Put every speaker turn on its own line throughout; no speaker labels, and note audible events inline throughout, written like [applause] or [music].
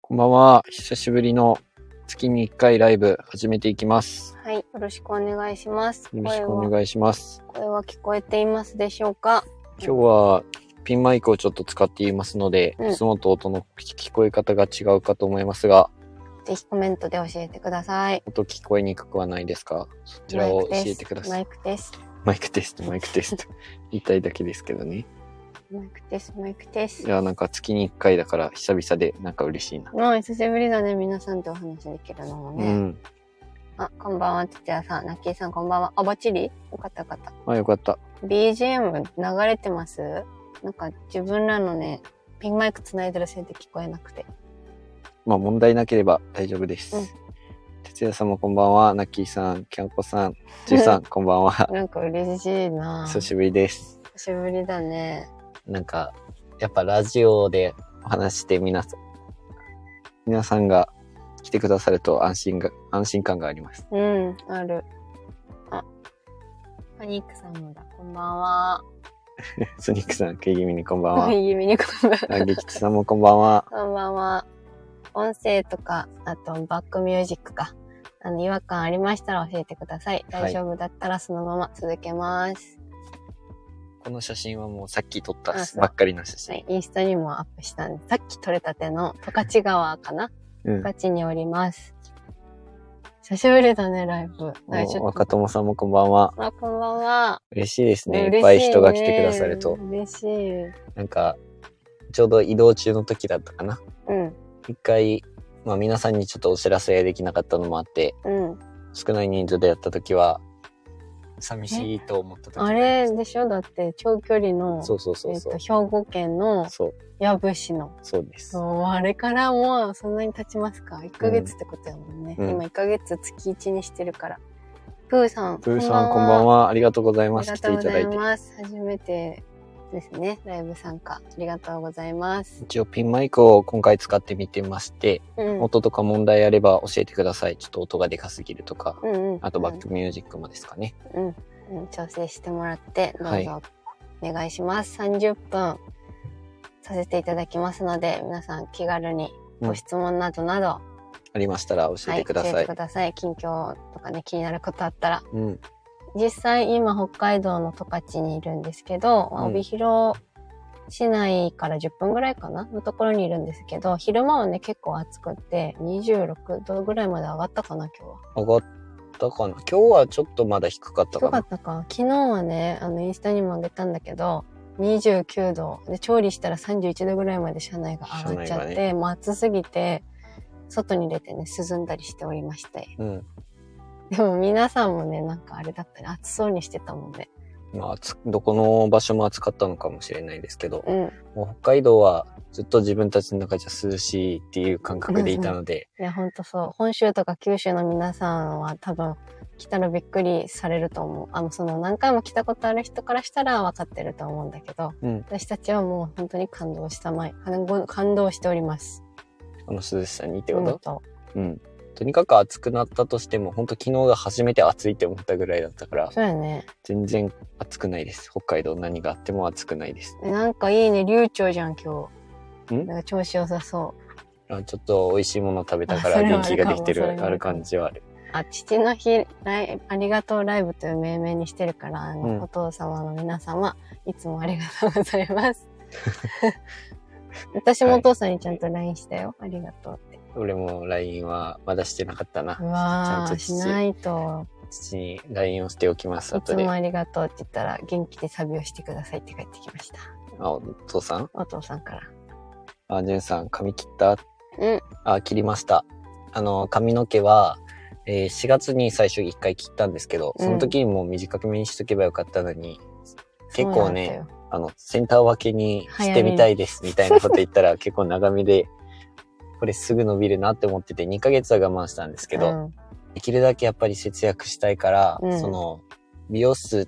こんばんは。久しぶりの月に1回ライブ始めていきます。
はい、よろしくお願いします。
よろし
声
くお
は
願いします。
声は聞こえていますでしょうか。
今日はピンマイクをちょっと使っていますので、
うん
いつもと音の聞こえ方が違うかと思いますが、
ぜひコメントで教えてください。こ
音聞こえにくくはないですかそちらを教えてくださ
マ
い。
イクです。
マイクテスト、マイクテスト。 [laughs] 言いたいだけですけどね。
マイクです。マイクです。
いや、なんか月に1回だから久々でなんか嬉しいな。
もう久しぶりだね、皆さんとお話できるのも
う
ね。
ん。
あ、こんばんは、土屋さん。ラッキーさん、こんばんは。あ、ばっちりよかったよかった。
まあよかった。
BGM 流れてますなんか自分らのね、ピンマイクつないでるせいで聞こえなくて。
まあ問題なければ大丈夫です。
うん
哲也さんもこんばんは。ナッキーさん、キャンコさん、ジュさん、こんばんは。
なんか嬉しいな
久しぶりです。
久しぶりだね。
なんか、やっぱラジオでお話して皆さん、皆さんが来てくださると安心が、安心感があります。 [laughs]
うん、ある。あ、パニックさんもだ。こんばんは。
スニックさん、食い気味にこんばんは。
右耳 [laughs] にこんばん
あ、
は。
激吉さんもこんばんは。
こんばんは。音声とか、あとバックミュージックか。あの、違和感ありましたら教えてください。
はい
大丈夫だったらそのまま続けます。
この写真はもうさっき撮った
あそう
ばっかりの写真。
はい、インスタにもアップしたんで、さっき撮れたての十勝川かな
うん
十。勝におります。久しぶりだね、ライブ。
もう
ちょっ
若
と。
友さんもこんばんは。
あ、こんばんは。
嬉しいですね。
嬉し
いっぱい人が来てくださると。
嬉しい。
なんか、ちょうど移動中の時だったかな。
うん、
一回、まあ皆さんにちょっとお知らせできなかったのもあって、
うん。
少ない人数でやった時は寂しいと思った時
あれでしょだって長距離の、
そうそうそうそう、
えっと兵庫県の
そう
矢部市の
そうです
そうあれからもうそんなに経ちますか1ヶ月ってことやもんね、
うん
今1ヶ月月1にしてるからプーさん
プーさんこんばんはありがとうござい
あ
ま
り
す
が
来
と
てい
うご
た
ざ
だい
い
て
ます初めてですねライブ参加ありがとうございます
一応ピンマイクを今回使ってみてまして、
うん
音とか問題あれば教えてくださいちょっと音がでかすぎるとか
うんうん
あとバックミュージックもですかね、
うん、うん、調整してもらってど
は
う
い
ぞお願いします、30分させていただきますので皆さん気軽に
うん
ご質問などなど、
ありましたら教えてください、
ください近況とかね気になることあったら
うん
実際今北海道の十勝にいるんですけど、
うん
帯広市内から10分ぐらいかなのところにいるんですけど昼間はね結構暑くて26度ぐらいまで上がったかな今日は。
上がったかな今日はちょっとまだ低かった
よ
か
か
な
ったか。昨日はね、あの、インスタにもあげたんだけど、29度。で、調理したら31度ぐらいまで車内が上がっちゃっ
車内
て、
が
もう暑すぎて、外に出てね、涼んだりしておりまして。
うん
[laughs] でも皆さんもね、なんかあれだったね、暑そうにしてたもんね。
まあ暑どこの場所も暑かったのかもしれないですけど、
うん。
もう北海道はずっと自分たちの中じゃ涼しいっていう感覚でいたので、
いや、ほんとそう。本州とか九州の皆さんは多分、来たらびっくりされると思う。あの、その、何回も来たことある人からしたら分かってると思うんだけど、
うん
私たちはもう本当に感動したまい。感動感動しております。
あの涼しさにってこ
本当
と、うんとにかく暑くなったとしても、本当昨日が初めて暑いって思ったぐらいだったから、
そうやね。
全然暑くないです。北海道何があっても暑くないです。
なんかいいね、流暢じゃん、今日。
ん
なんか調子良さそ
あちょっと美味しいもの食べたか
あ
ら
それは
元気ができて
ある
る、
かも
ある感じはある。
う。あ、父の日ライ、ありがとうライブという命名にしてるから、あの、
うん
お父様の皆様、いつもありがとうござい
[laughs]
ます。私もお父さんにちゃんと LINE したよ。ありがとうって。
俺も LINE はまだしてなかったな
う。
ち
わ
ゃん
ー、
と
し
父
ないと。
父に LINE をしておきます。
いつ
後で。
も
あ
ありがとうって言ったら、元気でサビをしてくださいって帰ってきました。
お父さん
お父さんから。
あ、じゅんさん、髪切った
うん。
あ、切りました。あの、髪の毛は、えー4月に最初1回切ったんですけど、
うん
その時にもう短めにしとけばよかったのに、結
そう
構
なんだ
ね、
よ。
あの、センター分けにしてみたいですみたいなこと言ったら [laughs] 結構長めで、これすぐ伸びるなって思ってて2ヶ月は我慢したんですけど、
うん
できるだけやっぱり節約したいから、
うん
その、美容室、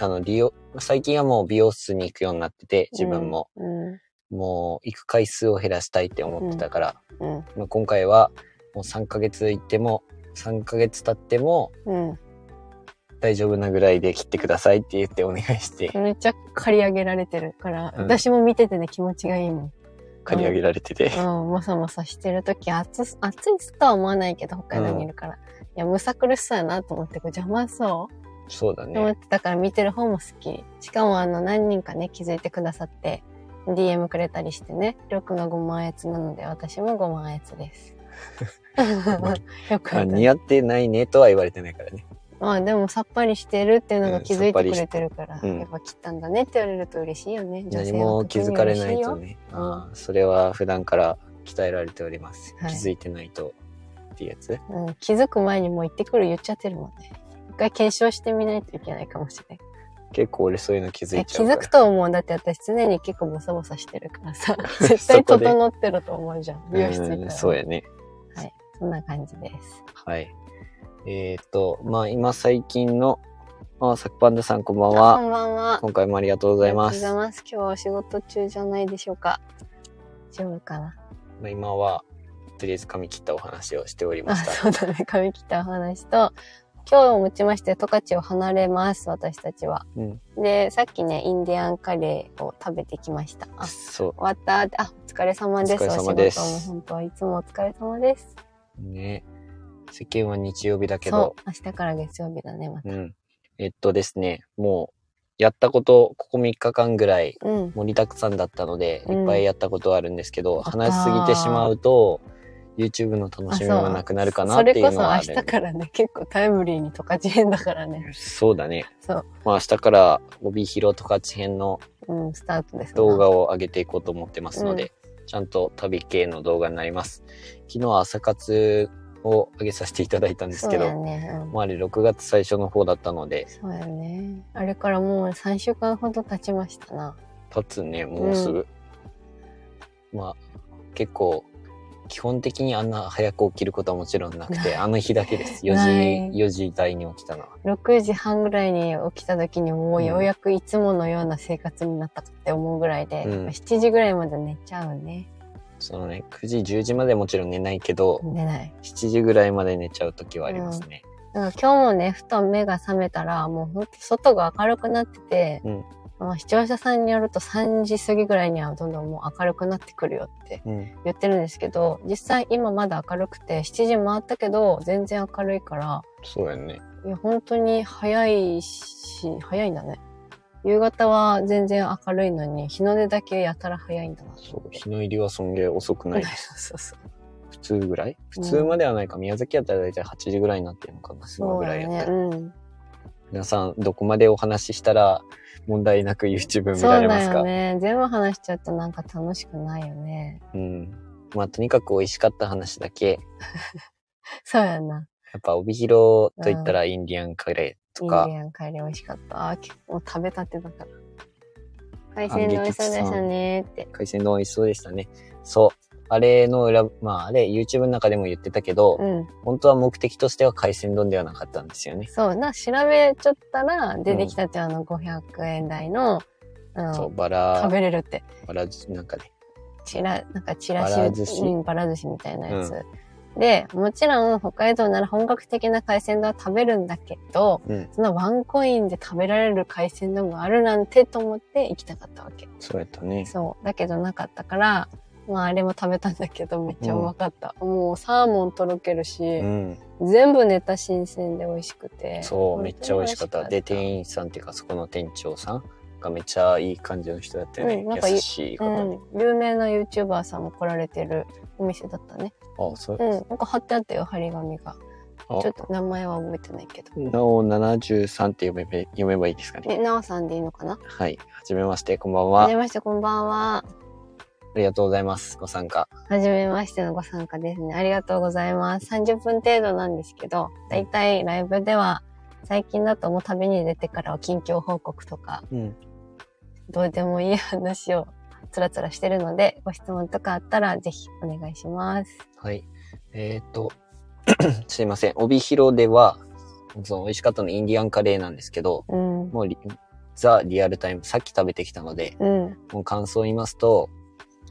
あの、利用、最近はもう美容室に行くようになってて、自分も、。
うん。
もう行く回数を減らしたいって思ってたから、
うん。
まあ、今回はもう3ヶ月行っても3ヶ月経っても
うん。
大丈夫なぐらいで切ってくださいって言ってお願いして、
めっちゃ刈り上げられてるから、
うん
私も見ててね、気持ちがいいもん。
刈り上げられてて、
うん、もさもさしてる時暑す暑いとは思わないけど北海道にいるから、いやむさ苦しそうやなと思ってこう邪魔そ
そうだ
うと思
ね。
ってたから見てる方も好きしかもあの何人かね気づいてくださって DM くれたりしてねりょうくんがご満悦なので私もご満悦です
[laughs]
よか
あ
った
似合ってないねとは言われてないからね。
まあでもさっぱりしてるっていうのが気づいてくれてるから、
うん
やっぱ切ったんだねって言われると嬉しいよね女
何
性
も
は
気
特に
づかれ
嬉し
ないいと
よ
ね。
うん
あーそれは普段から鍛えられております。
はい
気づいてないとっていうやつ。
うん、気づく前にもう言ってくる言っちゃってるもんね一回検証してみないといけないかもしれない
結構俺そういうの気づいち
気
ゃうから。
づくと思うだって私常に結構ボサボサしてるから
[laughs]
さ絶対
そこで
整ってると思うじゃん美容室行った
うん
ら
そうやね。
そんな感じです
はい。えっ、と、まあ今最近の、あ、サクパンダさんこんばん
こ
は。
んばんは
今回もありがとうございま
あり
す。
がとう
ま
ございます今日はお仕事中じゃないでしょうか大丈夫かな
あ今は、とりあえず髪切ったお話をしておりま
あ
した。
そうだね髪切ったお話と今日をもちまして十勝を離れます私たちは
うん。
でさっきねインディアンカレーを食べてきましたあ
そ
終わったってあお疲れ様です
お疲れ様です
お仕事も本当はいつもお疲れ様です
う。ね。世間は日曜日だけ
そ
ど、
う明日から月曜日だねまた
うん。えっとですね、もう、やったこと、ここ3日間ぐらい
うん
盛りだくさんだったので、
うん
いっぱいやったことはあるんですけど、
わかっ
話
た
しすぎてしまうと、YouTube の楽しみもなくなるかな
そ
って
れ
いう
こ
の
そ
はあ
明
る。
日からね結構タイムリーに十勝編だからね
そうだね。
そう、
まあ明日から帯広十勝編の
うん、スタートですな
動画を上げていこうと思ってますので、ちゃんと旅系の動画になります。昨日は朝活を上げさせていただいたんです
そう
け
や
ど、
ね、うん
まああれ6月最初の方だったので、
そうやねあれからもう3週間ほど経ちましたな
経つね、もうすぐ。まあ結構、基本的にあんな早く起きることはもちろんなくて、あの日だけです。
ない
4時、4時台に起きたのは。
6時半ぐらいに起きた時にも
う
うんようやくいつものような生活になったって思うぐらいで、
うん
7時ぐらいまで寝ちゃうね
そのね、9時、10時までもちろん寝ないけど、
寝ない
7時ぐらいまで寝ちゃう時はありますね。
なんか今日もね、ふと目が覚めたら、もうほんと外が明るくなってて、
うん
まあ視聴者さんによると3時過ぎぐらいにはどんどんもう明るくなってくるよって
うん
言ってるんですけど、実際今まだ明るくて、7時回ったけど、全然明るいから、
そうやね。
いや、本当に早いし、早いんだね。夕方は全然明るいのに、日の出だけやたら早いんだなと
そ
思っ
う、
て。
日の入りはそんげー遅くない。
そうそう。
普通ぐらい普
うん
通まではないか、宮崎やったら大体8時ぐらいになってるのかな、その
そう
ぐら
だ
いやった
ね。
ら。
うん。
皆さん、どこまでお話ししたら問題なく YouTube 見
そ
ら
う
れま
だ
すか
よね。全部話しちゃうとなんか楽しくないよね。
うん。まあ、とにかく美味しかった話だけ、
そうやな。
やっぱ帯広と言ったらインディアンカレーとか
イン、ディアンカレー美味しかった。あ結構食べたてだから。海鮮丼美味しそうでしたねって。
海鮮丼美味しそうでしたね。そう。あれの裏、まあ、あれ YouTube の中でも言ってたけど、
うん。
本当は目的としては海鮮丼ではなかったんですよね。
そう。な、調べちゃったら、出てきたってあの、500円台の、あの
そう、バ
食
ラ、
べれるって。
バラ寿司なんかね。
チラ、なんかチラシ、
ばら寿司
うん、ばら寿司みたいなやつ。で、もちろん北海道なら本格的な海鮮丼は食べるんだけど、
うん。
そのワンコインで食べられる海鮮丼があるなんてと思って行きたかったわけ。
そうやったね。
そう。だけどなかったから、まああれも食べたんだけどめっちゃうまかった。もうサーモンとろけるし
う、ん。
全部ネタ新鮮で美味しくて。
そう、
本当に
めっちゃ美味しかった。で、
員
店員さんっていうか、そこの店長さんがめっちゃいい感じの人だったよね。
うんなんか
優しい方で。
うん、有名な YouTuber さんも来られてるお店だったね。
あ、そうう。
ん、なんか貼ってあったよ、張り紙が。
あ
ちょっと名前は覚えてないけど。
なお73って読めば読めばいいですか
ね、
ね。
なおさんでいいのかな
はい。はじめまして、こんばん
は
は。
じ
あ
めまして、こんばんは。
りがとうございます。ご参加。
はじめましてのご参加ですね。ありがとうございます。30分程度なんですけど、だいたいライブでは、最近だともう旅に出てからは近況報告とか、
うん。
どうでもいい話をつらつらしてるので、ご質問とかあったらぜひお願いします。
はい。えっと、 [coughs] すいません。帯広では、その美味しかったのインディアンカレーなんですけど、
うん。
もうリザ・リアルタイム、さっき食べてきたので、
うん。
もう感想を言いますと、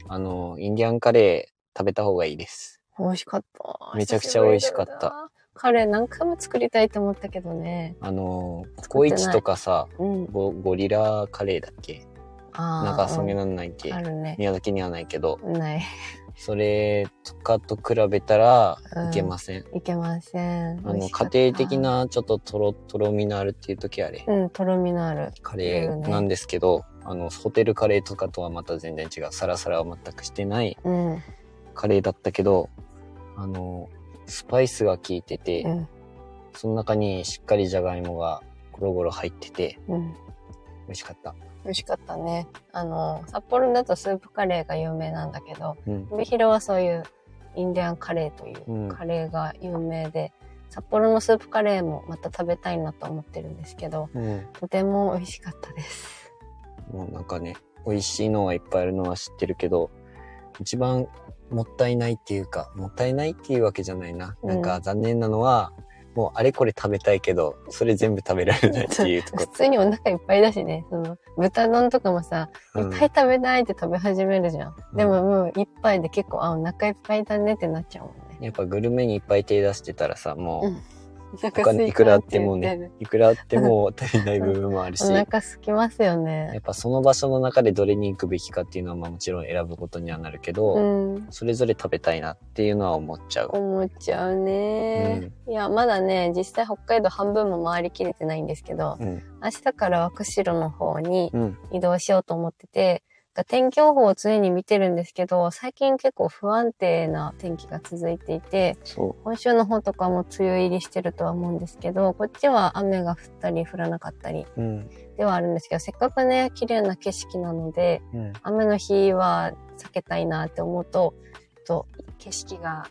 あの、インディアンカレー食べた方がいいです。
美味しかった。
めちゃくちゃ美味しかった
久ぶりだな。カレー何回も作りたいと思ったけどね。
あの、コ
作
コ
って
イ
ない
チとかさ、
うん。
ゴゴリラカレーだっけ
あー
中曽根なんないけ、
あるね。
宮崎にはないけど、
ない。
それとかと比べたら
うん
いけません。
いけません。
あ
美
の、
味しかっ
家
た
庭的。なちょっととろとろみのあるっていう時あれ、
うん、とろみのある。
カレーなんですけど、あの、ホテルカレーとかとはまた全然違う。サラサラは全くしてない
うん。うん。
カレーだったけど、あの、スパイスが効いてて、その中にしっかりじゃがいもがゴロゴロ入ってて、
うん。
美味しかった。
美味しかったね。あの、札幌だとスープカレーが有名なんだけど、
うん。
帯広はそういうインディアンカレーといううんカレーが有名で、札幌のスープカレーもまた食べたいなと思ってるんですけど、
うん。
とても美味しかったです。
もうなんかね、美味しいのはいっぱいあるのは知ってるけど、一番もったいないっていうか、もったいないっていうわけじゃないな。
うん
なんか残念なのは、もうあれこれ食べたいけど、それ全部食べられないっていう
[laughs]
と
普
こ。
通にお腹いっぱいだしね、その豚丼とかもさ、いっぱい食べないって食べ始めるじゃん。
うん
でももう一杯で結構、あ、お腹いっぱいだねってなっちゃうもんね。
やっぱグルメにいっぱい手出してたらさ、
う
も
んお
う、他にいくらあってもね、いくらあっても足りない部分もあるし、
お
や
腹空きますよね
っ。ぱその場所の中でどれに行くべきかっていうのはまあもちろん選ぶことにはなるけど、
うん。
それぞれ食べたいなっていうのは思っちゃう。
思っちゃうね、いや、まだね、実際北海道半分も回りきれてないんですけど、
うん。
明日からは釧路の方に
うん。
移動しようと思ってて、天気予報を常に見てるんですけど、最近結構不安定な天気が続いていて、
そ
今週の方とかも梅雨入りしてるとは思うんですけど、こっちは雨が降ったり降らなかったり
う。うん。
ではあるんですけど、せっかくね、綺麗な景色なので、
うん。
雨の日は避けたいなって思うと、ちょっと景色が、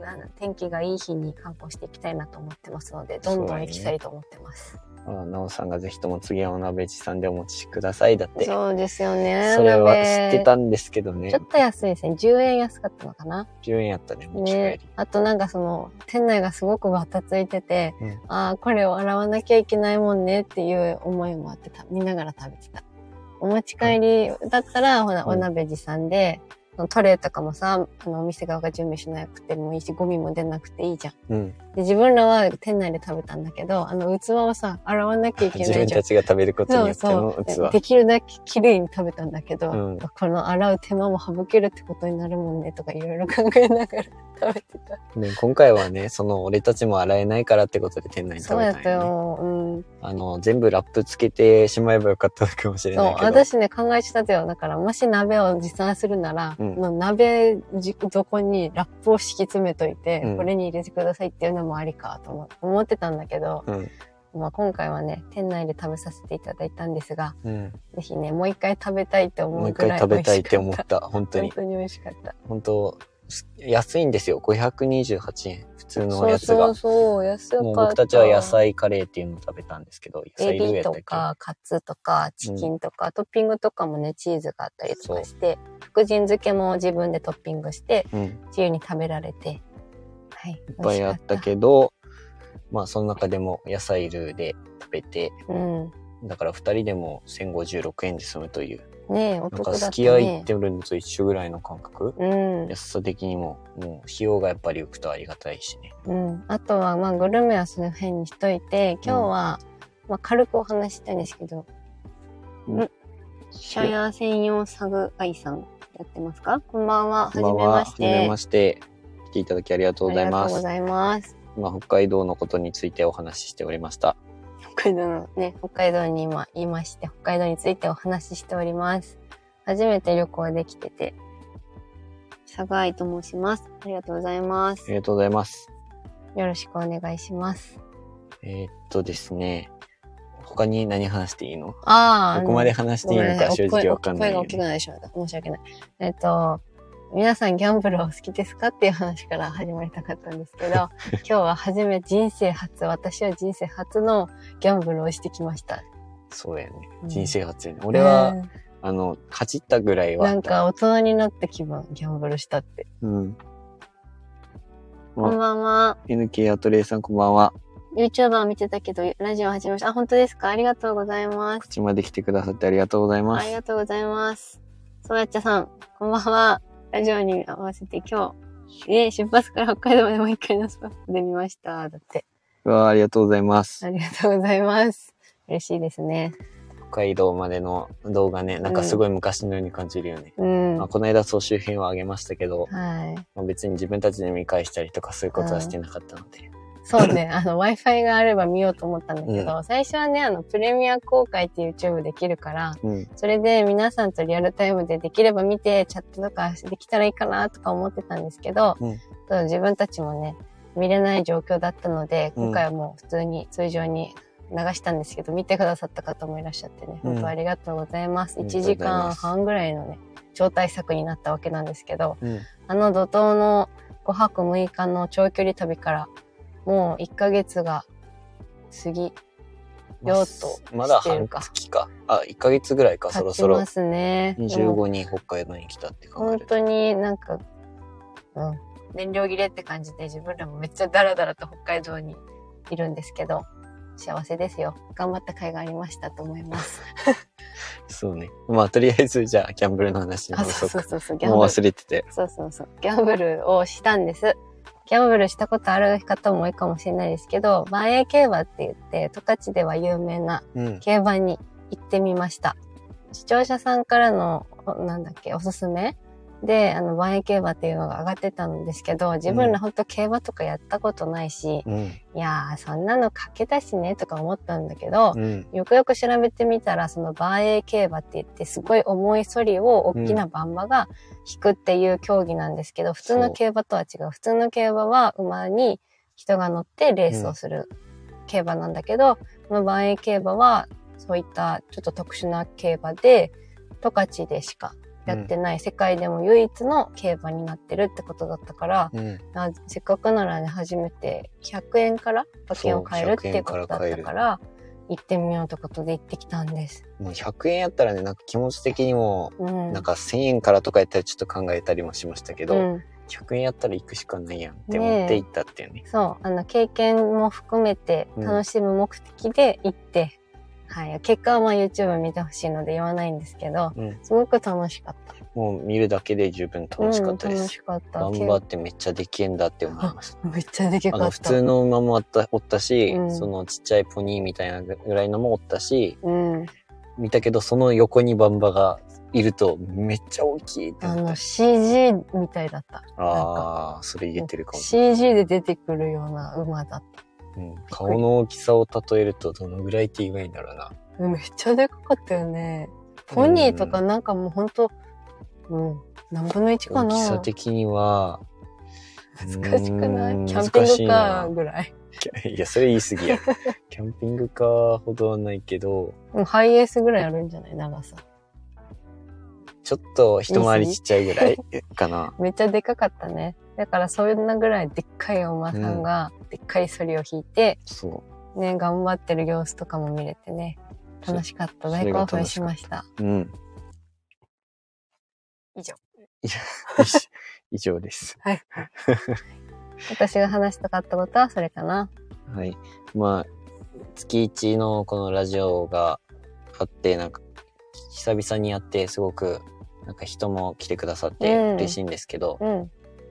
なん天気がいい日に観光していきたいなと思ってますので、どんどん行きたいと思ってます。
あなおさんがぜひとも次はお鍋地さんでお持ちくださいだって。そ
そうですよね。
れは
鍋
知ってたんですけどね
ちょ。っと安いですね。10円安かったのかな
10円やったね、持ち帰り。
ね、あとなんかその店内がすごくわたついてて、
うん
ああこれを洗わなきゃいけないもんねっていう思いもあってた見ながら食べてたお持ち帰りだったら、ほら
うん
お鍋持参で、そのトレーとかもさあのお店側が準備しなくてもいいしゴミも出なくていいじゃん
うん。
で自分らは店内で食べたんだけどあの器をさ洗わなきゃいけ
自
ない
分
じゃん
たちが食べることによっての
で
器。
できるだけ綺麗に食べたんだけど、
うん
この洗う手間も省けるってことになるもんねとかいろいろ考えながら食べてた
ね、今回はね、その俺たちも洗えないからってことで店内に
そ
食
う
べ
や
た
っ
ん
た
よね。
よ。うん。
あの、全部ラップつけてしまえばよかったのかもしれ
そう
ない、けど。
私ね、考えてたよ。だから、もし鍋を持参するなら、
うん
の鍋じ底にラップを敷き詰めといて、
うん
これに入れてくださいっていうのもありかと思思ってたんだけど、
うん。
まあ、今回はね、店内で食べさせていただいたんですが、
うん。
ぜひね、もう一回食べたいって
も
思
う
う
一
ぐら
回
い
食
美
べ
味
たい
し
って
か
思
っ。
ったた。本当
本
に。
当に美味しかった。
本当す安いんですよ528円普通の
そう
やつが
そうそう、安かった。
もう僕たちは野菜カレーっていうのを食べたんですけど野
エ
菜ルー
ビ
やった
と
っけ
かカツとかチキンとか、トッピングとかもねチーズがあったりとかして福神漬けも自分でトッピングして
うん、いっ
自由に食べられてはいいっ
ぱいあったけどまあその中でも野菜ルーで食べて
うん
だから2人でも1056円で済むという
ねえお
なん
得
か
だったね
すき家行ってるのと一緒ぐらいの感覚
うん、
安さ的にももう費用がやっぱり浮くとありがたいしね
うん、あとはまあグルメはその辺にしといて今日は、まあ、軽くお話ししたいんですけどシャヤ専用サグアイさんやってますかこんばんははじ
こんば
め
んは
ま
は
し
じめ
て
まして来ていただきありがとうござい
ありが
ま
とうご
す
ざいます
今北海道のことについてお話ししておりました
北海道のね、北海道に今いまして、北海道についてお話ししております。初めて旅行できてて、佐賀愛と申します。ありがとうございま
あ
す。
り
よ
がとうございます。
ろしくお願いします。
えーっとですね、他に何話していいの
ああ、
ここまで話していいのか正直わかんない
声が
よ
大きく
ね。
ないでしょ申し訳ない。えっと、皆さんギャンブルはお好きですかっていう話から始まりたかったんです
[laughs]
けど、今日は初め人生初、私は人生初のギャンブルをしてきました。
そうやね。
うん
人生初やね。俺は、
うん、
あの、かじったぐらいはあ
な
っ
ん
た。
か大人になった気分、ギャンブルしたって。
うん。
こんばんは。
NK アトレイさんこんばんは。
YouTuber を見てたけど、ラジオ始めました。あ、本当ですかありがとうございます。
口まで来てくださってありがとうございま
あ
す
り。がとうございます。そうやっちゃさん、こんばんは。ラジオに合わせて今日、ね、出発から北海道までもう一回のスパップで見ました。だって。
うわあ、ありがとうございます。
ありがとうございます。嬉しいですね。
海道までの動画ね、なんかすごい昔のように感じるよね。
うん。
まあ、
は
この間総集編をあげましたけど、
い。
まあ、別に自分たちで見返したりとかそういうことはしてなかったので。
そう [laughs] ね、あの Wi-Fi があれば見ようと思ったんだけど、最初はね、あのプレミア公開って YouTube できるから、
うん。
それで皆さんとリアルタイムでできれば見て、チャットとかできたらいいかなとか思ってたんですけど、
うん
そう自分たちもね、見れない状況だったので、
うん
今回はもう普通に通常に流したんですけど、見てくださった方もいらっしゃってね、
うん
本当ありがとうございます。
ありがとう
1
ござい
時
ま
間
す
半ぐらいのね、超大作になったわけなんですけど、
うん。
あの怒涛の5泊6日の長距離旅から、もう1ヶ月が過ぎ、
まあ
ようと
まだ
してる
半
か
月か。あ、1ヶ月ぐらいか、そ
経
ろ
ち
そろ
ま。すね。で
25
も
人北海道に来たって考え
本
ると。
当になんか、うん、燃料切れって感じで自分らもめっちゃダラダラと北海道にいるんですけど、幸せですよ。頑張った甲斐がありましたと思
[laughs]
います。
そうね。まあ、とりあえず、じゃあ、ギャンブルの話に
あ、
戻
そ
そうう
そう
か。
そうそう、ギャン
もう
ブル。
忘れてて。
そうそうそう、ギャンブルをしたんです。ギャンブルしたことある方も多いかもしれないですけど、万栄競馬って言って、十勝では有名な
うん。
競馬に行ってみました。視聴者さんからの、おなんだっけ、おすすめで、あの、万円競馬っていうのが上がってたんですけど、自分
う
ら
ん
本当競馬とかやったことないし、
うん。
いやー、そんなの賭けだしね、とか思ったんだけど、
うん。
よくよく調べてみたら、その万栄競馬って言って、すごい重いソリを大きな馬場が引くっていう競技なんですけど、普通の競馬とは違う。普通の競馬は馬に人が乗ってレースをする競馬なんだけど、この万栄競馬はそういったちょっと特殊な競馬で、十勝でしかやってない、世界でも唯一の競馬になってるってことだったから、
うん。
あせっかくならね初めて100円から馬券を買えるっていうことだった
そう100円か
か
ら
行ってみようってことで行ってきたんです。
もう100円やったらね、なんか気持ち的にも、
うん、
なんか1000円からとかやったらちょっと考えたりもしましたけど、
うん、
100円やったら行くしかないやんって思って行ったっていうね。
そうあの経験も含めて
うん
楽しむ目的で行って、はい、結果はまあ YouTube 見てほしいので言わないんですけど
うん。
すごく楽しかった。
もう見るだけで十分楽しかったで
うん、楽
す。
しかった。
頑張ってめっちゃできえんだって思いました。
めっちゃでけ
あ
かった。
の普通の馬もあったおったし、
うん
そのちっちゃいポニーみたいなぐらいのもおったし、
うん、
見たけどその横にバンバがいるとめっちゃ大きいって
あ
なった
の。CG みたいだった。
ああー、それ言えてるかも。
CG で出てくるような馬だった。
うん、顔の大きさを例えるとどのぐらいって言えばいいんだろうな。
めっちゃでかかったよね。ポニーとかなんかもうほんと、うん、何分の1
大
かな。
きさ的には、
難しくない
うん
キャンピングカ
難し
ーぐらい。
いないや、それ言い過ぎ
[laughs]
や。キャンピングカーほどはないけど、
うんハイエースぐらいあるんじゃない長さ。
ちょっと一回りちっちゃいぐらいかな。
めっちゃでかかったね。だからそんなぐらいでっかいお馬さんが、でっかいソリを引いて、
そ
ね、頑張ってる様子とかも見れてね。
そ
楽しかった。
そ
大
れが
興
楽しかった
奮しました。
う。うん。
以上。
[laughs] 以上以上です。
私が話したかったことはそれかな。
はい。まあ、月一のこのラジオがあって、なんか、久々にやって、すごく、なんか人も来てくださって
うん
嬉しいんですけど、
うん。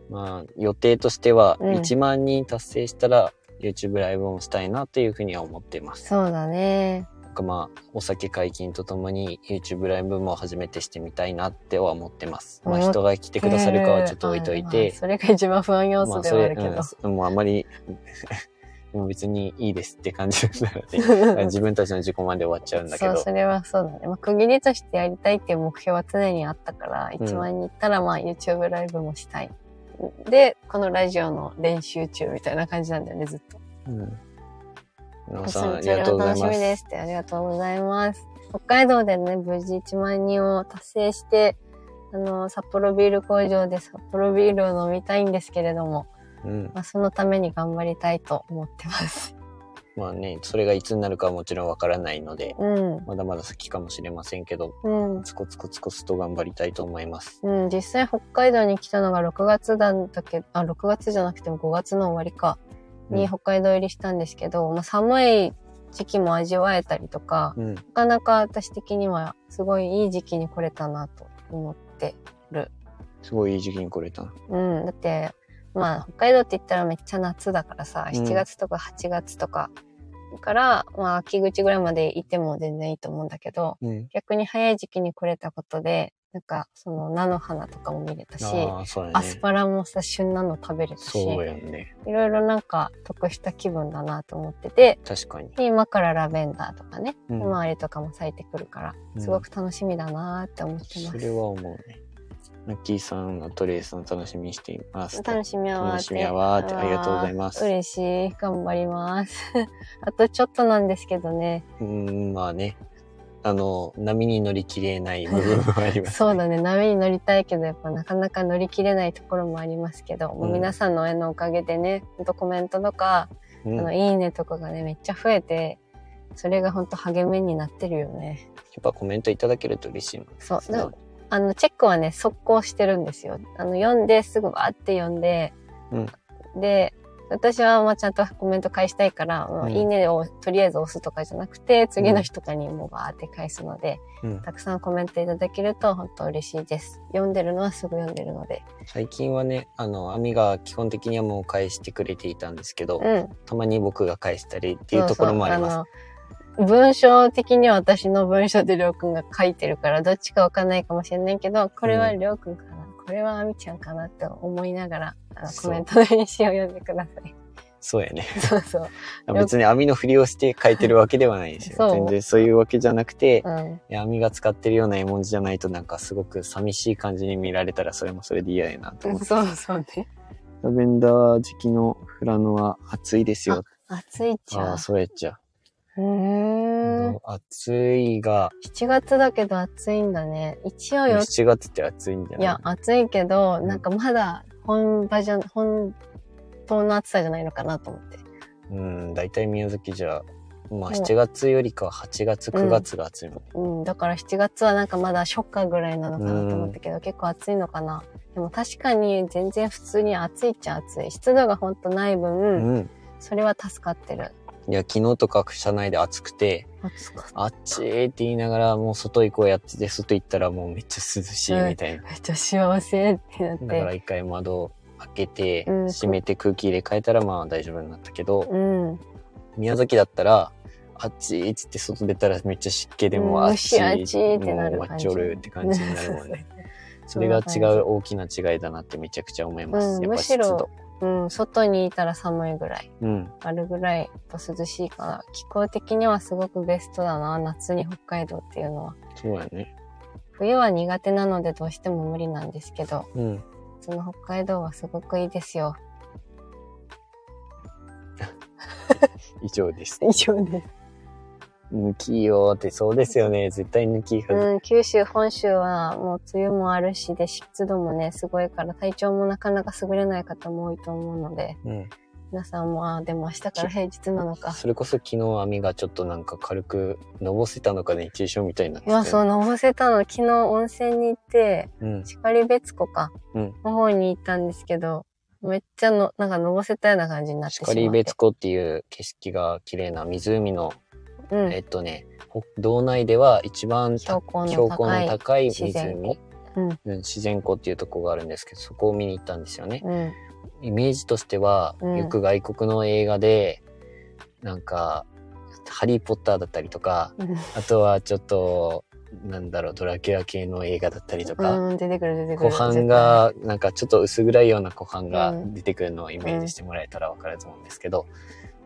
まあ、予定としては、
うん
1万人達成したら、YouTube ライブをしたいなというふうには思っています。
そうだね。
なんかまあ、お酒解禁とともに YouTube ライブも初めてしてみたいなっては思ってます。まあ、
思っ
人が来てくださるかはちょっと置いとい
うんまあ
て、
それが一番不安要素ではあるけど
まあ。それうん、もうあんまりもう別にいいですって感じなので
[laughs]
自分たちの自己満で終わっちゃうんだけ
そう、
ど
それはそうだね。まあ、区切りとしてやりたいっていう目標は常にあったから、
うん
1万人いったら、まあ、YouTube ライブもしたい。で、このラジオの練習中みたいな感じなんだよね、ずっと。
うん皆さん
そ
あ
う
り
それ
がとうござ
楽
い
し
ま
み
す
ですって、ありがとうございます。北海道でね、無事1万人を達成して、あの、札幌ビール工場で札幌ビールを飲みたいんですけれども、
うん、
まあ、そのために頑張りたいと思ってます。
まあねそれがいつになるかはもちろんわからないので
うん。
まだまだ先かもしれませんけど
うん。
コツコツコツコツと頑張りたいと思います
うん、実際北海道に来たのが6月だったけど、あ、6月じゃなくても5月の終わりか、
う
に
ん
北海道入りしたんですけど、まあ、寒い時期も味わえたりとか、
うん
なかなか私的にはすごいいい時期に来れたなと思って。
すごいいい時期に来れたな
うん、だって、まあ北海道って言ったらめっちゃ夏だからさ、
うん
7月とか8月とか、から、まあ、秋口ぐらいまでいても全然いいと思うんだけど、
うん。
逆に早い時期に来れたことで、なんか、その菜の花とかも見れたし、
ああ、そうだ
アス
ね。
パラもさ、旬なの食べれたし、
そうやんね。
いろいろなんか得した気分だなと思ってて、
確かに。
で今からラベンダーとかね、
う
ひ
ん
まわりとかも咲いてくるから、
うん
すごく楽しみだなーって思ってます。
それは思うね。ラッキーさんがトレイさん楽しみにしています。
楽しみやわー
楽
って。
しみやわーってありがとうございます
あー嬉しい。頑張ります。 [laughs] あとちょっとなんですけどね。
うーん、まあね。あの、波に乗り切れない部分 [laughs] もあります。
そうだね。波に乗りたいけど、やっぱなかなか乗り切れないところもありますけど、もう皆さんの応援のおかげでね、ほんとコメントとか、
うん
あの、
や
いいねとかがね、めっちゃ増えて、それがほんと励みになってるよね。
っぱコメントいただけると嬉しいもんね。
そう
だね
あの、チェックはね、速攻してるんですよ。あの、読んで、すぐわーって読んで、で、私はまあちゃんとコメント返したいから、もう
うん
いいねをとりあえず押すとかじゃなくて、次の日とかにもうバーって返すので、
うん
たくさんコメントいただけると本当嬉しいです。読んでるのはすぐ読んでるので。
最近はね、あの、アミが基本的にはもう返してくれていたんですけど、
うん。
たまに僕が返したりっていうところもあります。
そうそうあの文章的には私の文章でりょうくんが書いてるから、どっちかわかんないかもしれないけど、これはりょうくんかな、これはあみちゃんかなって思いながら、あの
そう
コメントの返信を読んでくださ
[laughs]
い。
そうやね。
そうそう。
別に網のふりをして書いてるわけではないです
そ
よ。
う
全然そういうわけじゃなくて
う、ん。
網が使ってるような絵文字じゃないとなんかすごく寂しい感じに見られたらそれもそれで嫌やなと思って。
そうそうね。
ラベンダー時期のフラノは暑いですよ。
暑いじ
あ
ゃ
あ、
ん。
そうやっちゃ
うーん
う。暑いが、
7月だけど暑いんだね。一応よ、
7月って暑いんじゃ
い
ない
や、暑いけど、
うん
なんかまだ本場じゃ、本当の暑さじゃないのかなと思って。
うん、大体宮崎じゃ、まあ
うん
7月よりかは8月、
う
9
ん
月が暑いもんね。
うん、だから7月はなんかまだ初夏ぐらいなのかなと思ったけど、結構暑いのかな。でも確かに全然普通に暑いっちゃ暑い。湿度がほんとない分、
うん。
それは助かってる。
いや、昨日とか車内で暑くて、
暑かっ
あっちーって言いながら、もう外行こうやってて、外行ったらもうめっちゃ涼しいみたいな。
た。めっちゃ幸せってなっ
だから
て。
一回窓開けて、
うん
閉めて空気入れ替えたらまあ大丈夫になったけど、
うん。
宮崎だったら、あっちーっつって外出たらめっちゃ湿気でもう
うん
あっち
蒸し暑いってなる感じ
もうわっちょるって感じになるもん
[laughs]
ね。それが違う大きな違いだなってめちゃくちゃ思います。
うん
やっ
む
ぱ
し
湿
ろ
度。
うん、外にいたら寒いぐらい。
うん。
あるぐらいやっぱ涼しいから、気候的にはすごくベストだな、夏に北海道っていうのは。
そうやね。
冬は苦手なのでどうしても無理なんですけど、
うん。
その北海道はすごくいいですよ。
以上です。
以上です。
抜きよーってそうですよね。絶対抜きが
うん、九州、本州はもう梅雨もあるしで、湿度もね、すごいから、体調もなかなか優れない方も多いと思うので、
うん。
皆さんも、あーでも明日から平日なのか。
それこそ昨日網がちょっとなんか軽くのぼせたのか熱中症みたいになって
いや、そう、のぼせたの、昨日温泉に行って、
うん。
光別湖か、
うん
の方に行ったんですけど、めっちゃの、なんかのぼせたような感じになってしまって。
光別湖っていう景色が綺麗な湖の、
湖。う
えっ
ん。
とね、ほ道内では一番た
標高の
標高
高
の
い。
高い
自
湖
然湖、うん
うん自然湖っていうとこがあるんですけど、そこを見に行ったんですよね。
うん。
イメージとしては、
うん
よく外国の映画で、なんか、ハリー・ポッターだったりとか、あとはちょっと、なんだろう、ドラキュラ系の映画だったりとか、
うん、出てくる出てく
湖
る。
畔が、なんかちょっと薄暗いような湖畔が
うん
出てくるのをイメージしてもらえたらわかると思うんですけど、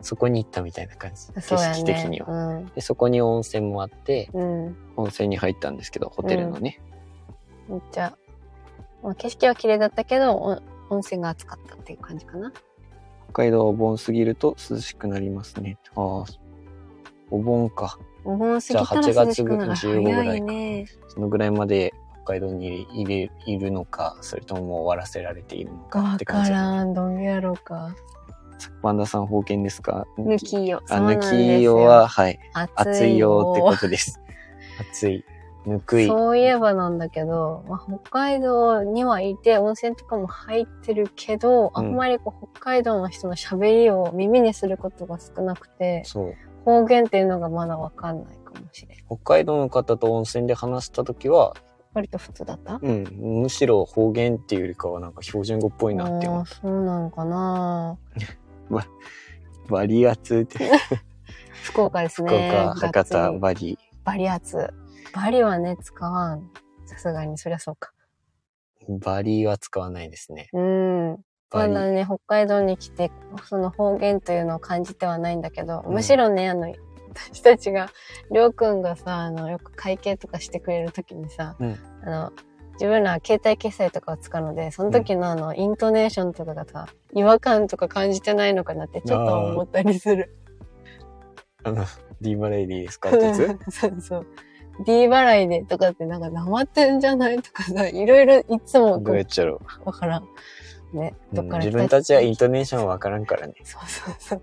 そこに行ったみたいな感じ、景
絶対、そうやね
色的には。
うん
でそこに温泉もあって、
うん。
温泉に入ったんですけど、ホテルのね。
めっちゃ、まあ、景色は綺麗だったけど、お温泉が暑かったっていう感じかな。
北海道お盆過ぎると涼しくなりますね。ああ、お盆か。
お盆過
じゃあ
ぎた
8
ら涼
月
しくなる。
15ぐら
早
い
い
か。
ね。
そのぐらいまで北海道にいるいるのか、それとももう終わらせられているのか
わ
って
か
感じだね。
らん、どんやろうか。
パンダさん封建ですか
抜きよ。
あ、
そうな
抜
んですよ
きよは、、はい。
暑
熱
い
いよ
よ
ってことです。熱い。ぬくい。
そういえばなんだけど、まあ、北海道にはいて温泉とかも入ってるけど、
うん
あんまりこう北海道の人の喋りを耳にすることが少なくて、
そう。
方言っていうのがまだわかんないかもしれん。
北海道の方と温泉で話したときは、
割と普通だった
うん、むしろ方言っていうよりかはなんか標準語っぽいなって思
あ
う
ー。そうなのかな
バリアツって。
福岡です
福
ね。
岡、
がっ
博
つり
多、バリ。
バリ圧。バリはね、使わん。さすがに、そりゃそうか。
バリは使わないですね。
うん。
バ
ま
リ。
だね、北海道に来て、その方言というのを感じてはないんだけど、
うん
むしろね、あの、私たちが、りょうくんがさ、あの、よく会計とかしてくれるときにさ、
うん
あの、自分らは携帯決済とかを使うので、その時のあの、イントネーションとかがさ、違和感とか感じてないのかなってちょっと思ったりする。
あの、ディーマレイディーですかってや
[laughs]
つ
そうそう。D 払いでとかってなんか生ってんじゃないとかさ、 [laughs] いろいろいつも
ど
こ
うやっちゃろ
うわからん。ね、
う、
どっ
うん
から
自
来
分たちはイントネーションわからんからね。
そうそうそう。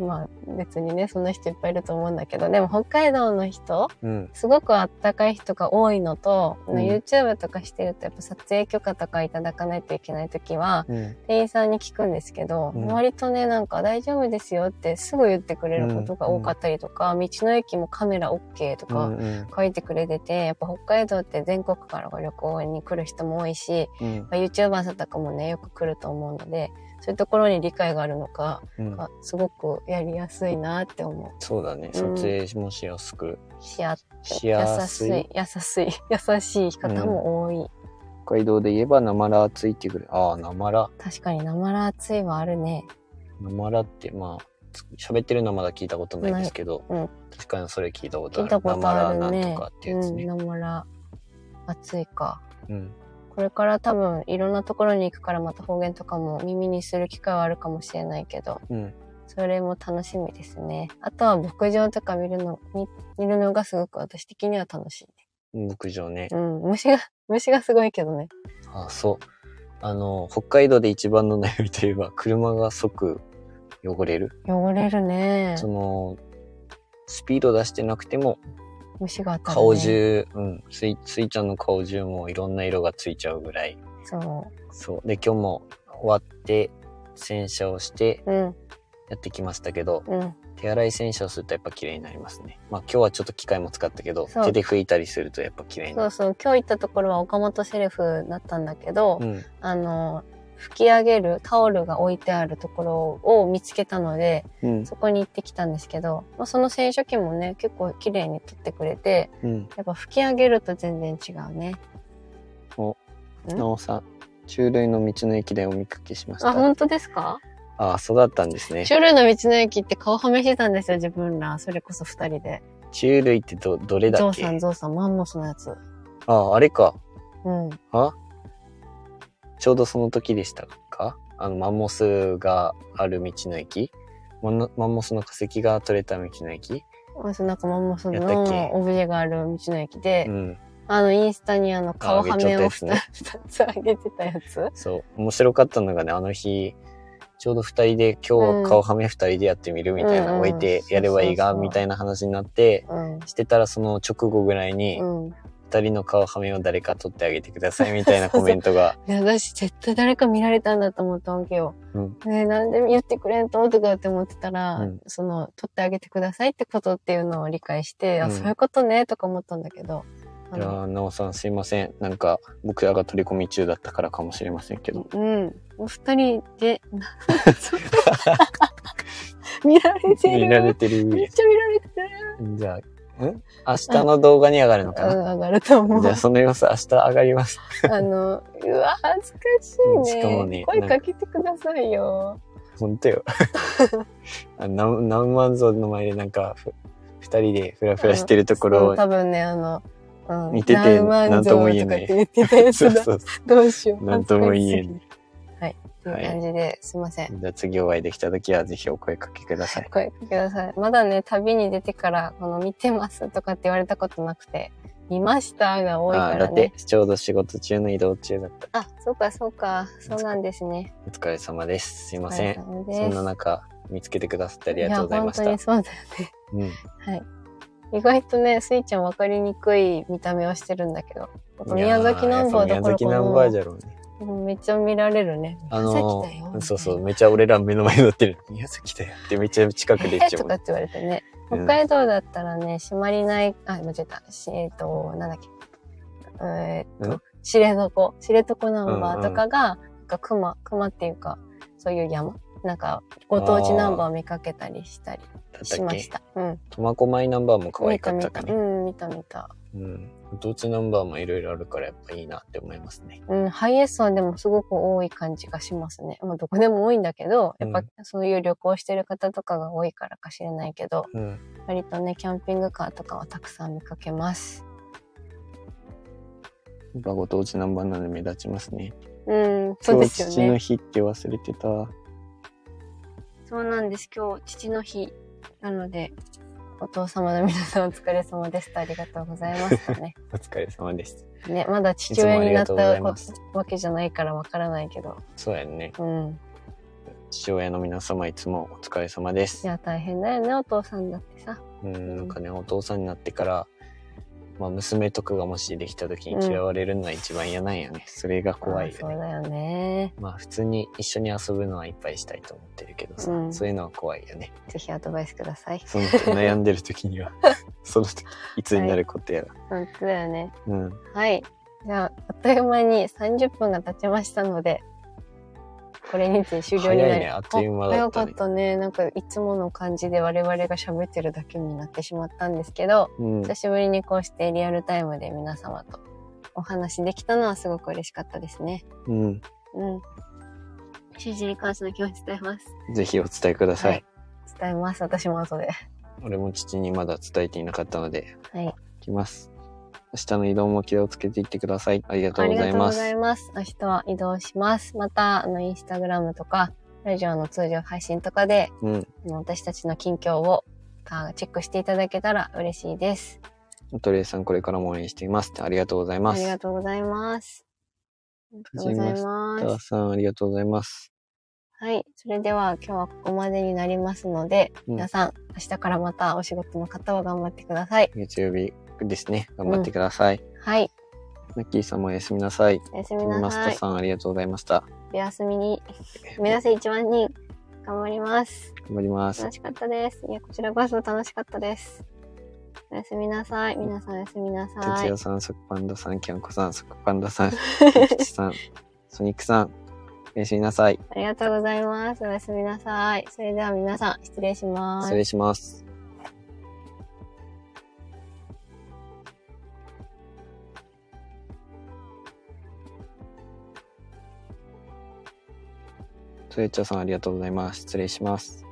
まあ別にね、そんな人いっぱいいると思うんだけど、でも北海道の人、
うん。うん。
すごくあったかい人が多いのと、
うん
YouTube とかしてるとやっぱ撮影許可とかいただかないといけない時は、
うん。
店員さんに聞くんですけど、
うん
割とねなんか大丈夫ですよってすぐ言ってくれることが多かったりとか、道の駅もカメラ OK と
う
か、
んうん。
書いてくれててやっぱ北海道って全国から旅行に来る人も多いし、
うん
まあ、YouTuber さんとかもねよく来ると思うのでそういうところに理解があるのか、
うん。
あすごくやりやすいなって思
そうだね。撮影もしやすく。
うしあ
し
優
やす
し
い。
い優しい [laughs] 優しい方も多い、
北海道で言えば、なまらついてくる。ああ、なまら。
確かに生ら熱いはあるね
なまらって、まあ、つ喋ってるのはまだ聞いたことないですけど、
ないうん
確かにそれ聞いたことあ
聞
る。
いたことある
なまらなん
ね
とかってやつ
うん
ね。
生ら熱いか
うん。
これから多分いろんなところに行くからまた方言とかも耳にする機会はあるかもしれないけど
うん。
それも楽しみですね。あとは牧場とか見るの、見見るのがすごく私的には楽しい。
牧場ね。
うん、虫が、 [laughs] 虫がすごいけどね。
ああ、そう。あの、北海道で一番の悩みといえば、車が即汚れる。
汚れるね。
その、スピード出してなくても、
虫が当たる、ね。
顔。中、うん、スイ、スイちゃんの顔中もいろんな色がついちゃうぐらい。
そ
そう。で、今日も終わって、洗車をして
う。うん、
やってきましたけど、
うん。
手洗い洗車をするとやっぱ綺麗になりますね。まあ今日はちょっと機械も使ったけど、
そう
手で拭いたりするとやっぱ綺麗にな
そ
る
う。そう。今日行ったところは岡本セレフだったんだけど、
うん。
あの、拭き上げるタオルが置いてあるところを見つけたので、
うん。
そこに行ってきたんですけど、まあ、その洗車機もね、結構綺麗に取ってくれて、
うん。
やっぱ拭き上げると全然違うね。
なおさん、中類の道の駅でお見かけしました。
あ、本当ですか
ああ、そうだったんですね。
種類の道の駅って顔はめしてたんですよ、自分ら。それこそ二人で。
中類ってど、どれだ
ゾ
っ
ウ
け
さん、ゾウさん、マンモスのやつ。
ああ、あれか。
うん。
あちょうどその時でしたかあの、マンモスがある道の駅マンマンモスの化石が取れた道の駅
マンモスなんかマンモス
やったっけ
のオブジェがある道の駅
う
で、
ん。
あの、インスタにあの、顔はめを
あ上げちゃったや
2つ上げてたやつ。
そう。面白かったのがね、あの日、ちょうど二人で、今日は顔はめ二人でやってみるみたいな、
うん
置いてやればいいが、
そうそうそう
みたいな話になって、
うん。
してたらその直後ぐらいに、
うん。
二人の顔はめを誰か取ってあげてくださいみたい
[laughs]
なコメントが。
いや、私絶対誰か見られたんだと思ったわけよ。
うん
ねえなんで言ってくれんととかって思ってたら、
うん
その、撮ってあげてくださいってことっていうのを理解して、
う
あ、
ん
そういうことね、とか思ったんだけど。あ
いや
の
ー、なおさんすいません。なんか、僕らが取り込み中だったからかもしれませんけど。
うん。お二人
[laughs]
で、な見られてる。
見られてる。
めっちゃ見られてる。
じゃあ、ん明日の動画に上がるの
う
か
ん
な、
上がると思
[laughs]
う
じゃあ、。その様子明日上がります。 [laughs]
あの、うわ、恥ずか
うん
しい
し
ね。
かもね
声かけてくださいよ。
本当
[laughs]
よ。あの何万像の前でなんか、ふ二人でフラフラしてるところ
うん
[laughs] を、
多分ね、あの、うん、
見てて
何万
なんとも言えない
像とかって言ってたやつ
そ
だ
うそうそ
どうしよう。
なんとも言えない
恥ずかしすぎる。はい。という感じで、すいません。
う。じゃあ次お会いできた時はぜひお声かけください。
声かけください。まだね、旅に出てから、この見てますとかって言われたことなくて、見ましたが多い
あ
か
ーだ
ら
っ
ね
て。ちょうど仕事中の移動中だった。
あ、そうかそうか。そうなんですね。
お疲れ様です。すいません。
ん
そんな中、見つけてくださってありがとうございまし
や、
た
本。当にそうだよね。
うん、
意外とね、スイちゃん分かりにくい見た目をしてるんだけど、やっぱ宮崎ナンバー
いや
だ
ー
から
宮
か
崎ナンバー
な
じゃろうね。
うんめっちゃ見られるね。
あ
宮
の
崎だよ。
そうそう、めちゃ俺ら目の前に乗ってる。宮崎だよってめっちゃ近くで
え
言っち
ー
ゃうもん
とかって言われてね。
うん
北海道だったらね、しまりない、あ、間違えた。しえっ、と、なんだっけ。えーっ
う
と、知床、知床ナンバーとかが、なんか熊、熊っていうか、そういう山なんか、ご当地ナンバーを見かけたりしたり
だ
し
ったっ
ま
け
した。うん。
苫小牧ナンバーも可愛
見
か
た
っ
見
た
た。
か
う
ら、
ん、見た見た。
うん。ご当地ナンバーもいろいろあるからやっぱいいなって思いますね。
うん、ハイエースはでもすごく多い感じがしますね。まあ、どこでも多いんだけど、やっ
う
ぱ
ん
そういう旅行してる方とかが多いからかしれないけど、
うん。
割とね、キャンピングカーとかはたくさん見かけます。
やっぱご当地ナンバーなので目立ちますね。
うん、そうですよ
今日父の
ね。
日って忘れてた。
そうなんです。今日、父の日なので、お父様の皆さんお疲れ様でした。ありがとうございました
[laughs]
ね。
お疲れ様です。
ね、まだ父親になった
いつもありがとうござ
わ
い
けじゃないからわからないけど、
そうやね。
うん。
父親の皆様いつもお疲れ様です
い。や、大変だよね、お父さんだってさ。
うん、なんかね、お父さんになってから、まあ、娘とかがもしできた時に嫌われるのは一番嫌なんやね。それが怖い
あー
よ
そう
ね。
だよね。
まあ、普通に一緒に遊ぶのはいっぱいしたいと思ってるけどさ、
うん
そういうのは怖いよね。
ぜひアドバイスください。
その時悩んでる時
[laughs]
には、その時、いつになることやら。
本当だよね。
うん。
はい。じゃあ、あっという間に30分が経ちましたので、これにて終了になり
早いねあっという間だったね
あ早かったね。なんか、いつもの感じで我々が喋ってるだけになってしまったんですけど、
うん。
久しぶりにこうしてリアルタイムで皆様とお話できたのはすごく嬉しかったですね。
うん。
うん。主人に感謝の気持ち伝えます。
ぜひお伝えください。
はい伝えます。私も後で。
俺も父にまだ伝えていなかったので、
はい。
行きます。明日の移動も気をつけていってください。ありがと
あ
う
り
ござ
が
い
とうご
ま
ざい
す。
ます。明日は移動します。また、あの、インスタグラムとか、ラジオの通常配信とかで、
うん。
あの私たちの近況をあチェックしていただけたら嬉しいです。
おとりえさん、これからも応援しています。ありがとうござい
あ
ます。
りがとうございます。ありがとうござい
北
ま
川
す。
さん、ありがとうございます。
はい。それでは今日はここまでになりますので、
うん
皆さん、明日からまたお仕事の方は頑張ってください。
月曜日ですね。頑張ってください。
はい。
ナッキーさんもおやすみなさい。
おやすみな
マス
さ
タ
い。
さん、ありがとうございました。
お休みに。目指せ1万人。頑張ります。
頑張ります
楽。しかったです。いや、こちらこそ楽しかったです。おやすみなさい。皆さんおやすみなさ
哲
い
也。さん、ソクパンダさん、キャンコさん、ソクパンダさん、キチさん、ソニックさん、おやすみなさい。
ありがとうございます。おやすみなさい。それでは皆さん、失礼します
失。礼します。トレッチャーさんありがとうございます。失礼します。